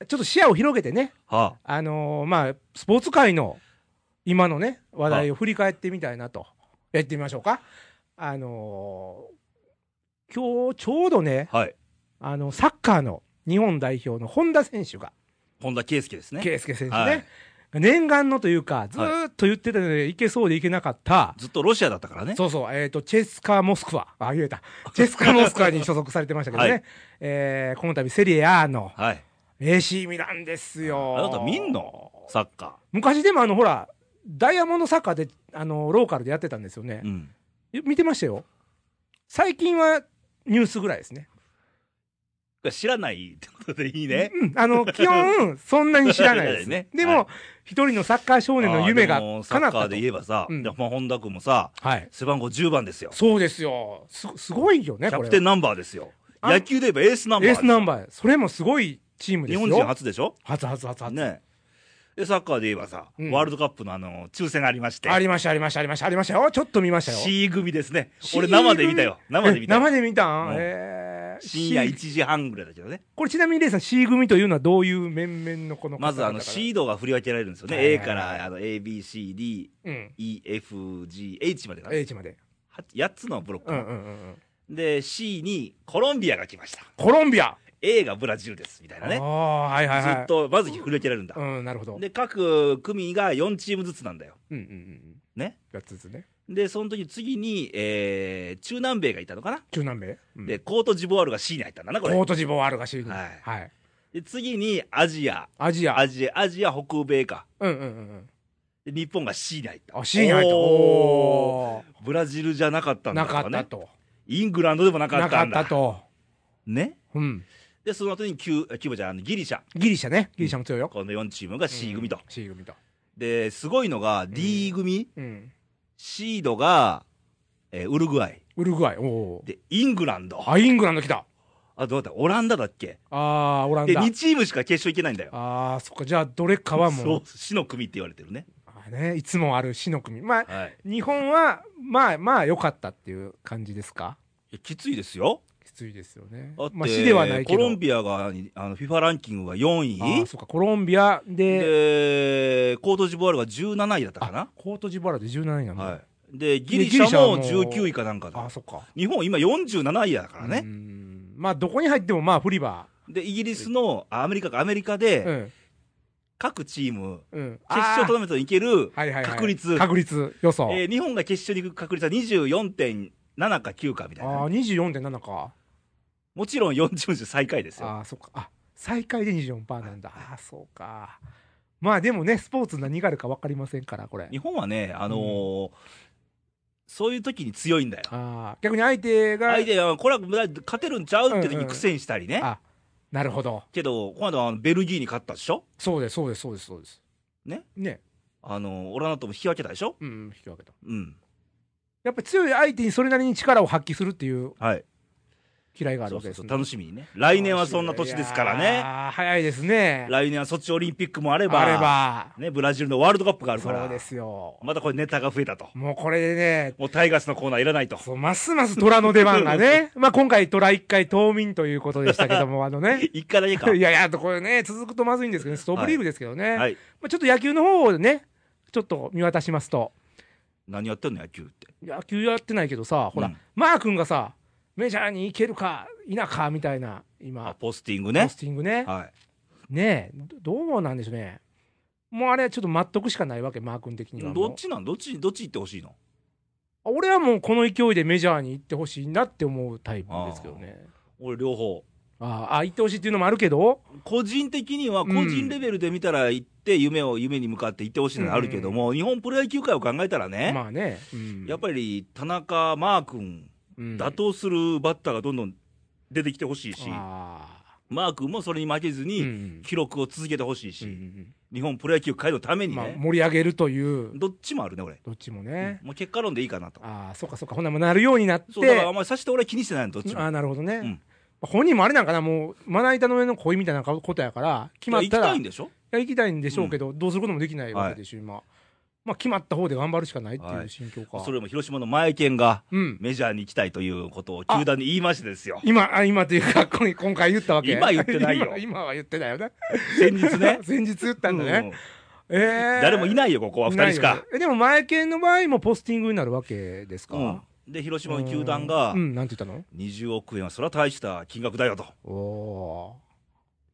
Speaker 2: ちょっと視野を広げてね、
Speaker 1: は
Speaker 2: あのーまあ、スポーツ界の今のね、話題を振り返ってみたいなと、やってみましょうか。あのー今日ちょうどね、
Speaker 1: あはい
Speaker 2: あの、サッカーの日本代表の本田選手が、
Speaker 1: 本田圭佑ですね
Speaker 2: 圭佑選手ね、
Speaker 1: はい
Speaker 2: 念願のというか、ずーっと言ってたので、いけそうでいけなかった、
Speaker 1: ずっとロシアだったからね
Speaker 2: そうそう、えっ、と、チェスカー・モスクワ、あ、言 えた、チェスカー・モスクワに所属されてましたけどね、
Speaker 1: はい
Speaker 2: えーこの度セリエ A の
Speaker 1: はい
Speaker 2: AC ミランですよ。
Speaker 1: あなた見んのサッカ
Speaker 2: 昔でもあの、ほら、ダイヤモンドサッカーで、あの、ローカルでやってたんですよね
Speaker 1: ーう。ん
Speaker 2: 見てましたよ。最近はニュースぐらいですね。
Speaker 1: 知らないってことでいいね
Speaker 2: うん、あの、基本、そんなに知らないです。
Speaker 1: ね
Speaker 2: で
Speaker 1: はい
Speaker 2: も、一、人のサッカー少年の夢
Speaker 1: あー
Speaker 2: が
Speaker 1: でもサ
Speaker 2: 叶
Speaker 1: ッ
Speaker 2: っ
Speaker 1: カー
Speaker 2: たと
Speaker 1: で。言えばさ、
Speaker 2: うん
Speaker 1: でまあ、本田君もさ
Speaker 2: はい。
Speaker 1: 背番号10番ですよ
Speaker 2: そうですよ。す、すごいよね、
Speaker 1: キャ
Speaker 2: こ
Speaker 1: プ
Speaker 2: れ。
Speaker 1: テ
Speaker 2: エ
Speaker 1: ンナンバーですよ。
Speaker 2: あ
Speaker 1: 野球で言えばエースナンバー
Speaker 2: ー
Speaker 1: です
Speaker 2: スナンバー。それもすごいチームで
Speaker 1: 日
Speaker 2: すよ。
Speaker 1: 本人初でしょ
Speaker 2: 初初初初。
Speaker 1: ねえで、サッカーで言えばさ、
Speaker 2: うん
Speaker 1: ワールドカップのあの、抽選がありまして、
Speaker 2: ありました、ありました、ありました、ありましたよ。ちょっと見ましたよ。
Speaker 1: C 組ですね
Speaker 2: C。
Speaker 1: 俺生で見たよ。生で見た
Speaker 2: え
Speaker 1: よ。
Speaker 2: 生で見た
Speaker 1: うん
Speaker 2: んえー
Speaker 1: 深夜
Speaker 2: C
Speaker 1: 1時半ぐらいだけどね。
Speaker 2: これちなみにレイさん C 組というのはどういう面々のこの方
Speaker 1: まずあの、
Speaker 2: 々から
Speaker 1: シードが振り分けられるんですよね。
Speaker 2: はいはい
Speaker 1: A か
Speaker 2: はい
Speaker 1: ら、あの、A、B、C、D、
Speaker 2: うん。
Speaker 1: E、F、G、H までかな。
Speaker 2: H まで。
Speaker 1: 8つのブロック
Speaker 2: うんうん
Speaker 1: か
Speaker 2: う
Speaker 1: な。
Speaker 2: んうん。
Speaker 1: で、C にコロンビアが来ました。
Speaker 2: コロンビア
Speaker 1: A がブラジルです。みたいな
Speaker 2: あ
Speaker 1: ね。
Speaker 2: あ、はいはい
Speaker 1: ず
Speaker 2: はい。
Speaker 1: っ。と、まず振り分けられるんだ。
Speaker 2: うん、なるほど。
Speaker 1: で、各組が4チームずつなんだよ。
Speaker 2: うんうんうん。
Speaker 1: ね。
Speaker 2: やつですね。
Speaker 1: で、その時次に、えー、中南米がいたのかな、
Speaker 2: 中南米うん
Speaker 1: で、コートジボワールが C に入ったんだな、こ
Speaker 2: コ
Speaker 1: れ
Speaker 2: ー。トジボワールが C 組。
Speaker 1: は
Speaker 2: はいい。
Speaker 1: で、次にアジア、
Speaker 2: アジア。
Speaker 1: アジア、アジア北米か。
Speaker 2: うんうんうんうん。
Speaker 1: で、日本が C に入った。
Speaker 2: あ、C に入った。
Speaker 1: お
Speaker 2: お
Speaker 1: ーブラジルじゃなかった
Speaker 2: ー
Speaker 1: んだ
Speaker 2: な
Speaker 1: とか
Speaker 2: か
Speaker 1: ね。
Speaker 2: ったと。
Speaker 1: イングランドでもなか
Speaker 2: な
Speaker 1: った
Speaker 2: か
Speaker 1: ん
Speaker 2: っ
Speaker 1: だ。
Speaker 2: たと。
Speaker 1: ね。
Speaker 2: うん。
Speaker 1: で、その後にキューキューバじゃないあのギリシャ。
Speaker 2: ギリシャね。ギリシャも強いよ。
Speaker 1: この4チームが C 組と。
Speaker 2: うん C 組と。
Speaker 1: で、すごいのが D 組、
Speaker 2: うん、
Speaker 1: シードが、えーウルグアイ。
Speaker 2: ウルグアイ、おお
Speaker 1: で、イングランド。
Speaker 2: あ、イングランド来た。
Speaker 1: あと、だってオランダだっけ
Speaker 2: あー、オラン
Speaker 1: で、
Speaker 2: ダ。
Speaker 1: 2チームしか決勝行けないんだよ。
Speaker 2: あー、そっか、じゃあ、どれかはもう
Speaker 1: そう、死の組って言われてるね。
Speaker 2: まあね、いつもある死の組。まあ、
Speaker 1: はい。
Speaker 2: 日本は、まあまあ、良かったっていう感じですか
Speaker 1: いやきついですよ。
Speaker 2: きついですよね
Speaker 1: だっ。て
Speaker 2: まあ、死ではないけど。
Speaker 1: コロンビアが、あの、FIFA ランキングが4
Speaker 2: あ
Speaker 1: 位
Speaker 2: ー。そっか、コロンビアで、
Speaker 1: で、コートジボワールが17位だったかな
Speaker 2: あ。コートジボラで17位なんだ。
Speaker 1: はい。で、ギ
Speaker 2: ギ
Speaker 1: リ
Speaker 2: リ
Speaker 1: シ
Speaker 2: シ
Speaker 1: ャ
Speaker 2: ャ
Speaker 1: も
Speaker 2: も
Speaker 1: 19位かなんか
Speaker 2: あー、
Speaker 1: だ。
Speaker 2: そっか。
Speaker 1: 日本今47位だから
Speaker 2: う
Speaker 1: ね。
Speaker 2: んまあ、どこに入っても、まあ、フリバ
Speaker 1: で、イギリスの、あアメリカか、アメリカ
Speaker 2: ー。う
Speaker 1: で、
Speaker 2: ん。
Speaker 1: 各チーム、
Speaker 2: うん。
Speaker 1: 決勝トーナメントに行ける
Speaker 2: あーはいはいはい
Speaker 1: 確率。
Speaker 2: 確率予想。
Speaker 1: えー日本が決勝に行く確率は24.7か9かみたい
Speaker 2: あ
Speaker 1: な
Speaker 2: あ、。24.7か。
Speaker 1: もちろん40分最下位ですよ。
Speaker 2: ああ、そっか。あ最下位で24%なんだ。ああ、そうか。まあでもね、スポーツ何があるか分かりませんから、これ
Speaker 1: 日。本はね、あのーそういう時に強いんだよ。
Speaker 2: ああ、逆に相手が。
Speaker 1: 相手が、これは勝てるんちゃうって時に苦戦したりね。
Speaker 2: あなるほど。
Speaker 1: けど、今度はあのベルギーに勝ったでしょ
Speaker 2: そうです、そうです、そうです、そうです。
Speaker 1: ね
Speaker 2: ね。
Speaker 1: あのーオランダとも引き分けたでしょ
Speaker 2: うん、うん引き分けた。
Speaker 1: うん。
Speaker 2: やっぱり強い相手にそれなりに力を発揮するっていう
Speaker 1: はい。
Speaker 2: 嫌いがある
Speaker 1: そ
Speaker 2: わ
Speaker 1: う
Speaker 2: け
Speaker 1: そう
Speaker 2: です
Speaker 1: そ
Speaker 2: ね、
Speaker 1: う、楽しみにね。来年はそんな年ですから
Speaker 2: い
Speaker 1: ね。
Speaker 2: やー。早いですね。
Speaker 1: 来年はソチオリンピックもあれば、
Speaker 2: あれば。
Speaker 1: ね、ブラジルのワールドカップがあるか
Speaker 2: そ
Speaker 1: ら
Speaker 2: う、ですよ。
Speaker 1: またこれネタが増えたと。
Speaker 2: もうこれでね、
Speaker 1: もうタイガースのコーナーいらないと。
Speaker 2: そうますます虎の出番 がね。まあ今回虎一回冬眠ということでしたけども、あのね。
Speaker 1: 一回だけか。
Speaker 2: いやいや、これね、続くとまずいんですけどね、ストップリーグですけどね、
Speaker 1: はい。
Speaker 2: まあ、ちょっと野球の方をね、ちょっと見渡しますと、
Speaker 1: 何やってんの野球って。
Speaker 2: 野球やってないけどさ、ほら、
Speaker 1: うん
Speaker 2: マー君がさ、メジャーに行けるか、否かみたいな、
Speaker 1: あ
Speaker 2: 今、
Speaker 1: ポスティング
Speaker 2: ポ
Speaker 1: ね
Speaker 2: ス。ティングね、
Speaker 1: はい。
Speaker 2: ねえ、どどうなんでしょうね、もうあれ、ちょっと待っとくしかないわけ、マー君的にはもう。
Speaker 1: どっちなんどっち、どっち行ってほしいの
Speaker 2: あ俺はもうこの勢いでメジャーに行ってほしいなって思うタイプですけどね。
Speaker 1: 俺両方。
Speaker 2: ああ、行ってほしいっていうのもあるけど、
Speaker 1: 個人的には、
Speaker 2: うん
Speaker 1: 個人レベルで見たら行って、夢を夢に向かって行ってほしいのはあるけども、日本プロ野球界を考えたらね、
Speaker 2: まあね、うん
Speaker 1: やっぱり田中、マー君、
Speaker 2: うん
Speaker 1: 打倒するバッターがどんどん出てきてほしいし、
Speaker 2: あ
Speaker 1: マー君もそれに負けず
Speaker 2: ーうんう
Speaker 1: に、
Speaker 2: ん
Speaker 1: 記録を続けてほしいし、
Speaker 2: うんうん
Speaker 1: 日本プロ野球界のため
Speaker 2: うん
Speaker 1: に
Speaker 2: まあ
Speaker 1: ね、
Speaker 2: 盛り上げるという
Speaker 1: どっちもあるね、俺。
Speaker 2: どっちも
Speaker 1: う
Speaker 2: ね
Speaker 1: ん、もう結果論でいいかなと。
Speaker 2: ああそっかそっかほんならもうなるようになって
Speaker 1: そう、だからあんまりさして俺は気にしてないの、どっち
Speaker 2: あ
Speaker 1: も。
Speaker 2: あなるほどね、
Speaker 1: ん
Speaker 2: 本人もあれなんかなもうまな板の上の恋みたいなことやから決まっ
Speaker 1: 行き
Speaker 2: たら
Speaker 1: たいん
Speaker 2: い
Speaker 1: でしょ
Speaker 2: や行きたいんでしょうけど、どうすることもできないわけでしょ、今まあ決まった方で頑張るしかないって
Speaker 1: はいいう
Speaker 2: 心境か、
Speaker 1: それも広島の前剣が
Speaker 2: うん
Speaker 1: メジャーに行きたいということを球団に言いましてですよ。
Speaker 2: 今あ今というかこん今回言ったわけ
Speaker 1: 今言ってないよ
Speaker 2: 今 今は言ってないよね。
Speaker 1: 先日ね
Speaker 2: 前日 言ったんだね、えー
Speaker 1: 誰もいないよ、ここは2人し
Speaker 2: ない
Speaker 1: か
Speaker 2: よ。えでも前犬の場合もポスティングになるわけですか、
Speaker 1: うん、で、広島の球団が
Speaker 2: う、ん、なんて言ったの
Speaker 1: 20億円はそれは大した金額だよと。
Speaker 2: おお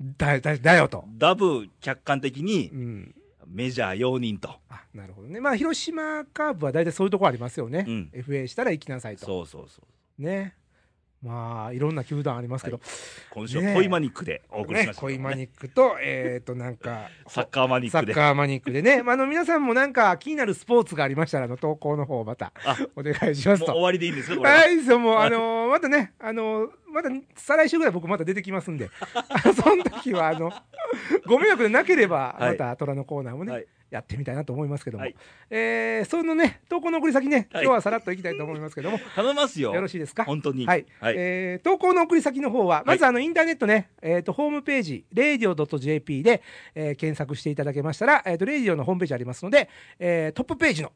Speaker 2: ーだだだよと、
Speaker 1: ダブ客観的に
Speaker 2: うん、
Speaker 1: メジャー容認と。
Speaker 2: あなるほどねまあ広島カープは大体そういうとこありますよね、
Speaker 1: うん
Speaker 2: FA したら行きなさいと
Speaker 1: そうそうそう。
Speaker 2: ねまあいろんな球団ありますけど、
Speaker 1: 今週
Speaker 2: ね
Speaker 1: は
Speaker 2: え
Speaker 1: 恋マニックでお送りしま
Speaker 2: ね
Speaker 1: したけど
Speaker 2: コ
Speaker 1: ね、
Speaker 2: イマニックとえっ、となんか
Speaker 1: サッカーマニッ
Speaker 2: サ
Speaker 1: ク
Speaker 2: ッ
Speaker 1: で。
Speaker 2: カーマニックでね、まあ、あの皆さんもなんか気になるスポーツがありましたらあの投稿の方また
Speaker 1: あ
Speaker 2: お願いします
Speaker 1: もう終
Speaker 2: と。
Speaker 1: わりでいいんですか、これは
Speaker 2: はい、そう、もう、あのーまたね、あのーまた、再来週ぐらい僕また出てきます んで、あのその時は、あの、ご迷惑でなければ、
Speaker 1: はい
Speaker 2: また虎のコーナーもね、
Speaker 1: はい
Speaker 2: やってみたいなと思いますけども、
Speaker 1: はい
Speaker 2: えーそのね、投稿の送り先ね、
Speaker 1: は
Speaker 2: 今
Speaker 1: い
Speaker 2: 日はさらっといきたいと思いますけども、
Speaker 1: 頼みますよ。
Speaker 2: よろしいですか
Speaker 1: 本当に。
Speaker 2: はい、
Speaker 1: はい。
Speaker 2: えー投稿の送り先の方は、まずあのインターネットね、えっ、と、ホームページ、radio.jp で、えー検索していただけましたら、えっ、と、レイディオのホームページありますので、えートップページの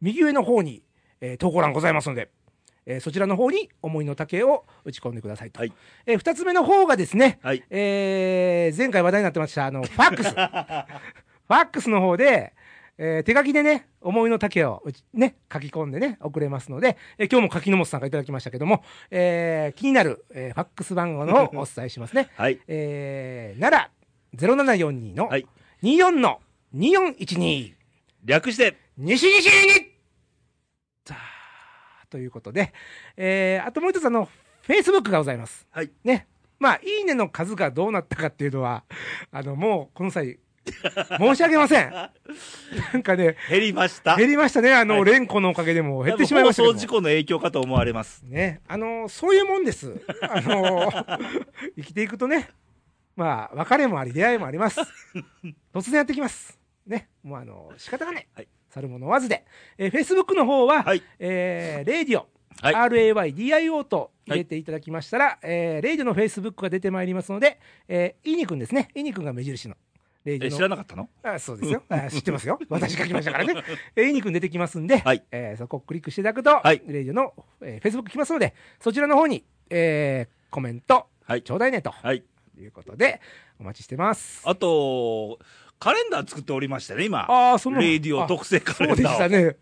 Speaker 2: 右上の方に、えー投稿欄ございますので、えーそちらの方に思いの丈を打ち込んでくださいと。
Speaker 1: はい
Speaker 2: えー二つ目の方がですね、
Speaker 1: はい
Speaker 2: えー前回話題になってました、あの、ファックス。ファックスの方で、えー手書きでね、思いの丈をうちね、書き込んでね、送れますので、えー今日も柿の本さんからいただきましたけども、えー気になる、えーファックス番号の 方をお伝えしますね。
Speaker 1: はい。
Speaker 2: えー、なら、0742の
Speaker 1: はい
Speaker 2: 24の2412、
Speaker 1: 略して、
Speaker 2: 西西にさあということで、えーあともう一つあの、Facebook がございます。
Speaker 1: はい。
Speaker 2: ね。まあ、いいねの数がどうなったかっていうのは、あの、もう、この際、申し上げませ ん。なんかね、
Speaker 1: 減りました。
Speaker 2: 減りましたね。あ
Speaker 1: は
Speaker 2: の、
Speaker 1: い
Speaker 2: 連呼のおかげでもう減ってしまいましたけ
Speaker 1: 多
Speaker 2: ど
Speaker 1: 分放送
Speaker 2: も
Speaker 1: 事故の影響かと思われます。
Speaker 2: ね。あの、そういうもんです。あの、 生きていくとね、まあ、別れもあり、出会いもあります。突然やってきます。ね、もうあの、仕方がない。
Speaker 1: はい
Speaker 2: 猿物わずで。えー、Facebook の方は、
Speaker 1: はい
Speaker 2: えー、レディオ、
Speaker 1: はい
Speaker 2: RAYDIO と入れていただきましたら、えー、レイディオの Facebook が出てまいりますので、えー、イニくんですね。イニくんが目印の。レイデ
Speaker 1: え
Speaker 2: ィオ
Speaker 1: 知ら
Speaker 2: の
Speaker 1: なかったの
Speaker 2: あそうですよ。あ知っ てますよ。私書きましたからね。えー、イニくん出てきますんで、
Speaker 1: はい
Speaker 2: えーそこをクリックしていただくと、
Speaker 1: はい
Speaker 2: レイディオの、えー、Facebook 来ますので、そちらの方に、えー、コメント、
Speaker 1: はい
Speaker 2: ちょうだいねと
Speaker 1: はい
Speaker 2: いうことで、お待ちしてます。
Speaker 1: あとカレンダー作っておりましてね今
Speaker 2: あーそんなの
Speaker 1: レディオ特製カ
Speaker 2: そ
Speaker 1: レ
Speaker 2: う
Speaker 1: ン
Speaker 2: で
Speaker 1: ダー
Speaker 2: した
Speaker 1: を、
Speaker 2: ね。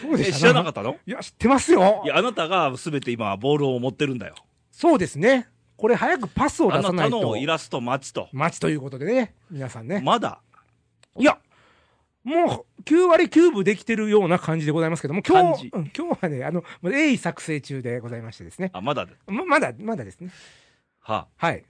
Speaker 2: そうで
Speaker 1: え
Speaker 2: し
Speaker 1: 知
Speaker 2: た
Speaker 1: ら
Speaker 2: ね
Speaker 1: なかったの
Speaker 2: いや、知ってますよ
Speaker 1: い。やあなたが全て今ボールを持ってるんだよ
Speaker 2: そうですね。これ早くパスを
Speaker 1: あ
Speaker 2: 出さな
Speaker 1: ないたの
Speaker 2: と
Speaker 1: イ。ラスト待ちと
Speaker 2: 待ちということでね、皆さんね。
Speaker 1: まだ
Speaker 2: いや、もう9割9分できてるような感じでございますけども、今日、うん今日はね、あの、もう鋭意作成中でございましてですね。
Speaker 1: あまだで
Speaker 2: ままだ、まだですね。
Speaker 1: はあ
Speaker 2: はい。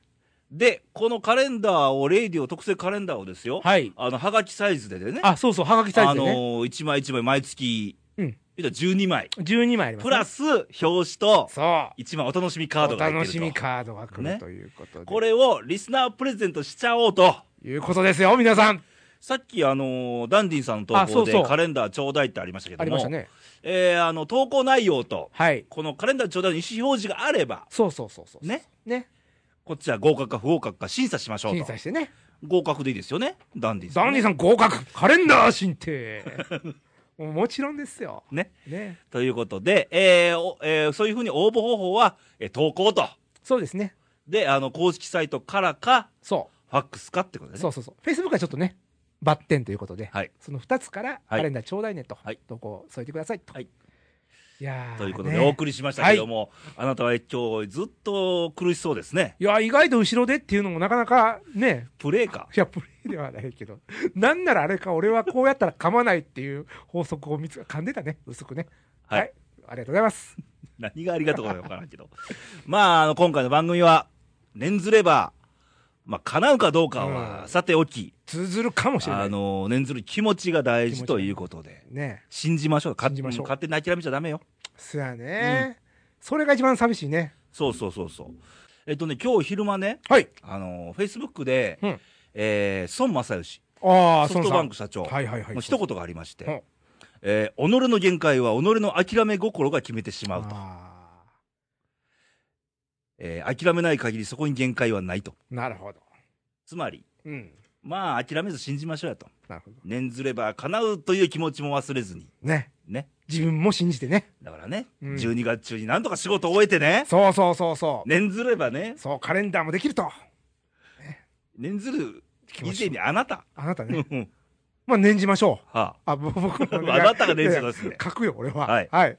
Speaker 1: でこのカレンダーをレディオ特製カレンダーをですよ、
Speaker 2: はい。
Speaker 1: あのはがきサイズででね
Speaker 2: あ、そうそう、はがきサイ
Speaker 1: あ
Speaker 2: ズ
Speaker 1: の
Speaker 2: でね。
Speaker 1: ー、1枚1枚毎月、
Speaker 2: うん
Speaker 1: 言うたら12枚
Speaker 2: 12枚あります、ね。
Speaker 1: プラ
Speaker 2: ス。
Speaker 1: ス表紙と
Speaker 2: そう。
Speaker 1: 1枚お楽しみカード
Speaker 2: お
Speaker 1: が入っ
Speaker 2: 楽
Speaker 1: て
Speaker 2: し
Speaker 1: る
Speaker 2: み
Speaker 1: と
Speaker 2: カードが来る
Speaker 1: ね
Speaker 2: ということで。
Speaker 1: これをリスナープレゼントしちゃおうと
Speaker 2: いうことですよ、皆さん。
Speaker 1: さっきあのーダンディンさんの投
Speaker 2: あそ
Speaker 1: 稿
Speaker 2: う
Speaker 1: で
Speaker 2: そう
Speaker 1: カレンダーちょうだいってありましたけども
Speaker 2: ありましたね。
Speaker 1: えーあの投稿内容と
Speaker 2: はい。
Speaker 1: このカレンダーちょうだいの意思表示があれば
Speaker 2: そうそうそうそう。。
Speaker 1: ね
Speaker 2: ね。
Speaker 1: こっちは合格か不合格か審査しましょう
Speaker 2: 審
Speaker 1: と
Speaker 2: 査してね。
Speaker 1: 合格でいいですよねダンディンさん
Speaker 2: ダンディさん合格カレンダー進呈 もうもちろんですよ。
Speaker 1: ね
Speaker 2: ね。
Speaker 1: ということで、えーおえーそういうふうに応募方法は、えー投稿と
Speaker 2: そうですね。
Speaker 1: であの公式サイトからか
Speaker 2: そ
Speaker 1: ファックスかってこと
Speaker 2: う。
Speaker 1: でね
Speaker 2: そうそうそう。Facebook はちょっとね、バッテンということで、
Speaker 1: はい
Speaker 2: その2つからカレンダーちょうだいねと、
Speaker 1: はい
Speaker 2: 投稿添えてくださいと。
Speaker 1: はい、
Speaker 2: やー
Speaker 1: ということで、
Speaker 2: ね
Speaker 1: お送りしましたけども、あなたは今日ずっと苦しそうですね
Speaker 2: いや、意外と後ろでっていうのもなかなかね、
Speaker 1: プレーか
Speaker 2: いや、プレイではないけど、なんならあれか、俺はこうやったら噛まないっていう法則を見つか、噛んでたね、薄くね。
Speaker 1: はい
Speaker 2: ありがとうございます。
Speaker 1: 何がありがとうかわからんけどまああの今回の番組は念ずればまあ叶うかどうか
Speaker 2: う
Speaker 1: は
Speaker 2: ん
Speaker 1: さておき、
Speaker 2: 通ずるかもしれない。
Speaker 1: あの念ずる気持ちが大事ということで
Speaker 2: ね
Speaker 1: 信じましょうか
Speaker 2: 信じましょう
Speaker 1: 勝手に諦めちゃダメよ
Speaker 2: そやね、それが一番寂しいね。
Speaker 1: そうそうそうそうえっとね今日昼間ね
Speaker 2: はい。
Speaker 1: あのフェイスブックで、
Speaker 2: うん
Speaker 1: えー孫正義
Speaker 2: ああ、
Speaker 1: ソフトバン
Speaker 2: ク。
Speaker 1: ク社長、
Speaker 2: はいはいはい。
Speaker 1: の一言がありまして、
Speaker 2: はい
Speaker 1: えー己の限界は己の諦め心が決めてしまうと、
Speaker 2: あ
Speaker 1: えー諦めない限りそこに限界はないと
Speaker 2: ーなるほど。
Speaker 1: つまり
Speaker 2: うん。
Speaker 1: まあ諦めず信じましょうやと
Speaker 2: なるほど。
Speaker 1: 念ずれば叶うという気持ちも忘れずに
Speaker 2: ね。
Speaker 1: ね
Speaker 2: 自分も信じてね。
Speaker 1: だからね、
Speaker 2: うん
Speaker 1: 12月中になんとか仕事を終えてね
Speaker 2: そうそうそうそう。
Speaker 1: 念ずればね
Speaker 2: そう、カレンダーもできると。
Speaker 1: 念ずる
Speaker 2: 気
Speaker 1: 以
Speaker 2: 持ち
Speaker 1: 前にあなた、
Speaker 2: あなた
Speaker 1: う
Speaker 2: ね。
Speaker 1: んうん
Speaker 2: まあ、念じましょう。
Speaker 1: は
Speaker 2: あ、ぼ 僕
Speaker 1: あ、
Speaker 2: の
Speaker 1: あなたが念
Speaker 2: い
Speaker 1: ず
Speaker 2: やい
Speaker 1: る
Speaker 2: や
Speaker 1: ですね
Speaker 2: 書くよ、俺は。
Speaker 1: はい
Speaker 2: はい。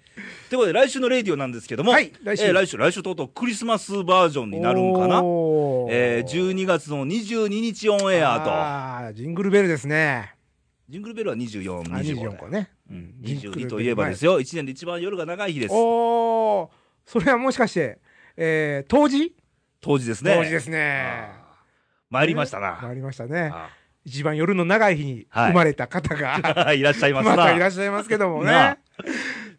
Speaker 1: ということで来週のレディオなんですけども、
Speaker 2: はい来週
Speaker 1: えー来週来週とうとうクリスマスバージョンになるんかな
Speaker 2: おー
Speaker 1: えー、12月の22日オンエアと
Speaker 2: ああ、ジングルベルですね。
Speaker 1: ジングルベルは24、
Speaker 2: あ24
Speaker 1: 25
Speaker 2: 個
Speaker 1: で、
Speaker 2: ね。
Speaker 1: うん、
Speaker 2: ジングルベル
Speaker 1: 22といえばですよ、1年で一番夜が長い日です、
Speaker 2: おお、それはもしかして、えー、当時
Speaker 1: 当時ですね、
Speaker 2: 当時ですね。
Speaker 1: あ参りましたな、
Speaker 2: ありましたね。
Speaker 1: あ
Speaker 2: 一番夜の長い日に
Speaker 1: はい
Speaker 2: 生まれた方が、
Speaker 1: あ いらっしゃいます
Speaker 2: またいら
Speaker 1: な、
Speaker 2: っしゃいますけども
Speaker 1: なあ
Speaker 2: ね。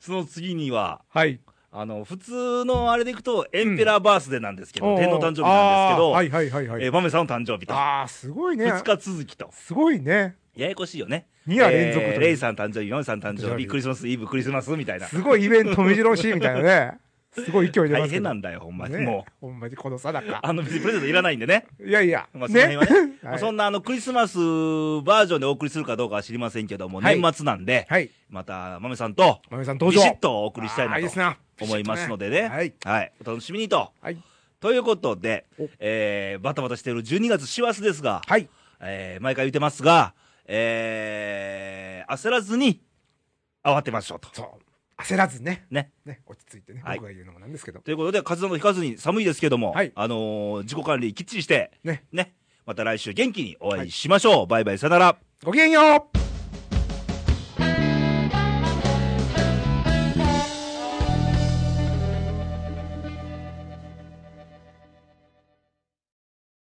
Speaker 1: その次には、
Speaker 2: はい。
Speaker 1: あの普通のあれでいくと、エンペラーバースデーなんですけど、
Speaker 2: おー
Speaker 1: 天皇誕生日なんですけど、
Speaker 2: あーはいはいはいはい。
Speaker 1: えー豆さんの誕生日と、
Speaker 2: ああ、すごいね。
Speaker 1: 2日続きと、
Speaker 2: すごいね。
Speaker 1: ややこしいよね、
Speaker 2: 2夜連続と
Speaker 1: えーレイさん誕生日、ヨネさん誕
Speaker 2: 誕
Speaker 1: 生
Speaker 2: 生
Speaker 1: 日、
Speaker 2: 日
Speaker 1: クリスマスイブ、クリスマスみたいな、
Speaker 2: すごいイベント目白押しみたいなね。すごい勢いでま
Speaker 1: 大
Speaker 2: すけ
Speaker 1: 変
Speaker 2: ど。
Speaker 1: なんだよ、ほんまに、
Speaker 2: ね
Speaker 1: もう、
Speaker 2: ほんまにこの定か。
Speaker 1: あの別にプレゼントいらないんでね。
Speaker 2: いやいや。
Speaker 1: まあ、その辺はね、ま
Speaker 2: は
Speaker 1: あ
Speaker 2: い
Speaker 1: そんなあのクリスマスバージョンでお送りするかどうかは知りませんけども、
Speaker 2: はい
Speaker 1: 年末なんで、
Speaker 2: はい。
Speaker 1: また、まめさんと、
Speaker 2: まめさん
Speaker 1: ビ
Speaker 2: 登
Speaker 1: シ
Speaker 2: 場。
Speaker 1: ッとお送りしたい
Speaker 2: あーいい
Speaker 1: な
Speaker 2: です
Speaker 1: と
Speaker 2: な。
Speaker 1: 思いますので
Speaker 2: ビシッ
Speaker 1: ね、
Speaker 2: とはい。
Speaker 1: はい、お楽しみにと。
Speaker 2: はい。
Speaker 1: ということで
Speaker 2: お、
Speaker 1: えー、バタバタしている12月師走ですが、
Speaker 2: はい。
Speaker 1: えー毎回言ってますが、えー、焦らずに慌てましょうと。
Speaker 2: そう。焦らずね。
Speaker 1: ね。
Speaker 2: ね。落ち着いてね。
Speaker 1: はい
Speaker 2: 僕が言うのもなんですけど。
Speaker 1: ということで、風邪もひかずに寒いですけども、
Speaker 2: はい
Speaker 1: あのー自己管理きっちりして、
Speaker 2: ね。
Speaker 1: ね、また来週元気にお会いしましょう。バイバイ、さよなら。
Speaker 2: ごきげんよう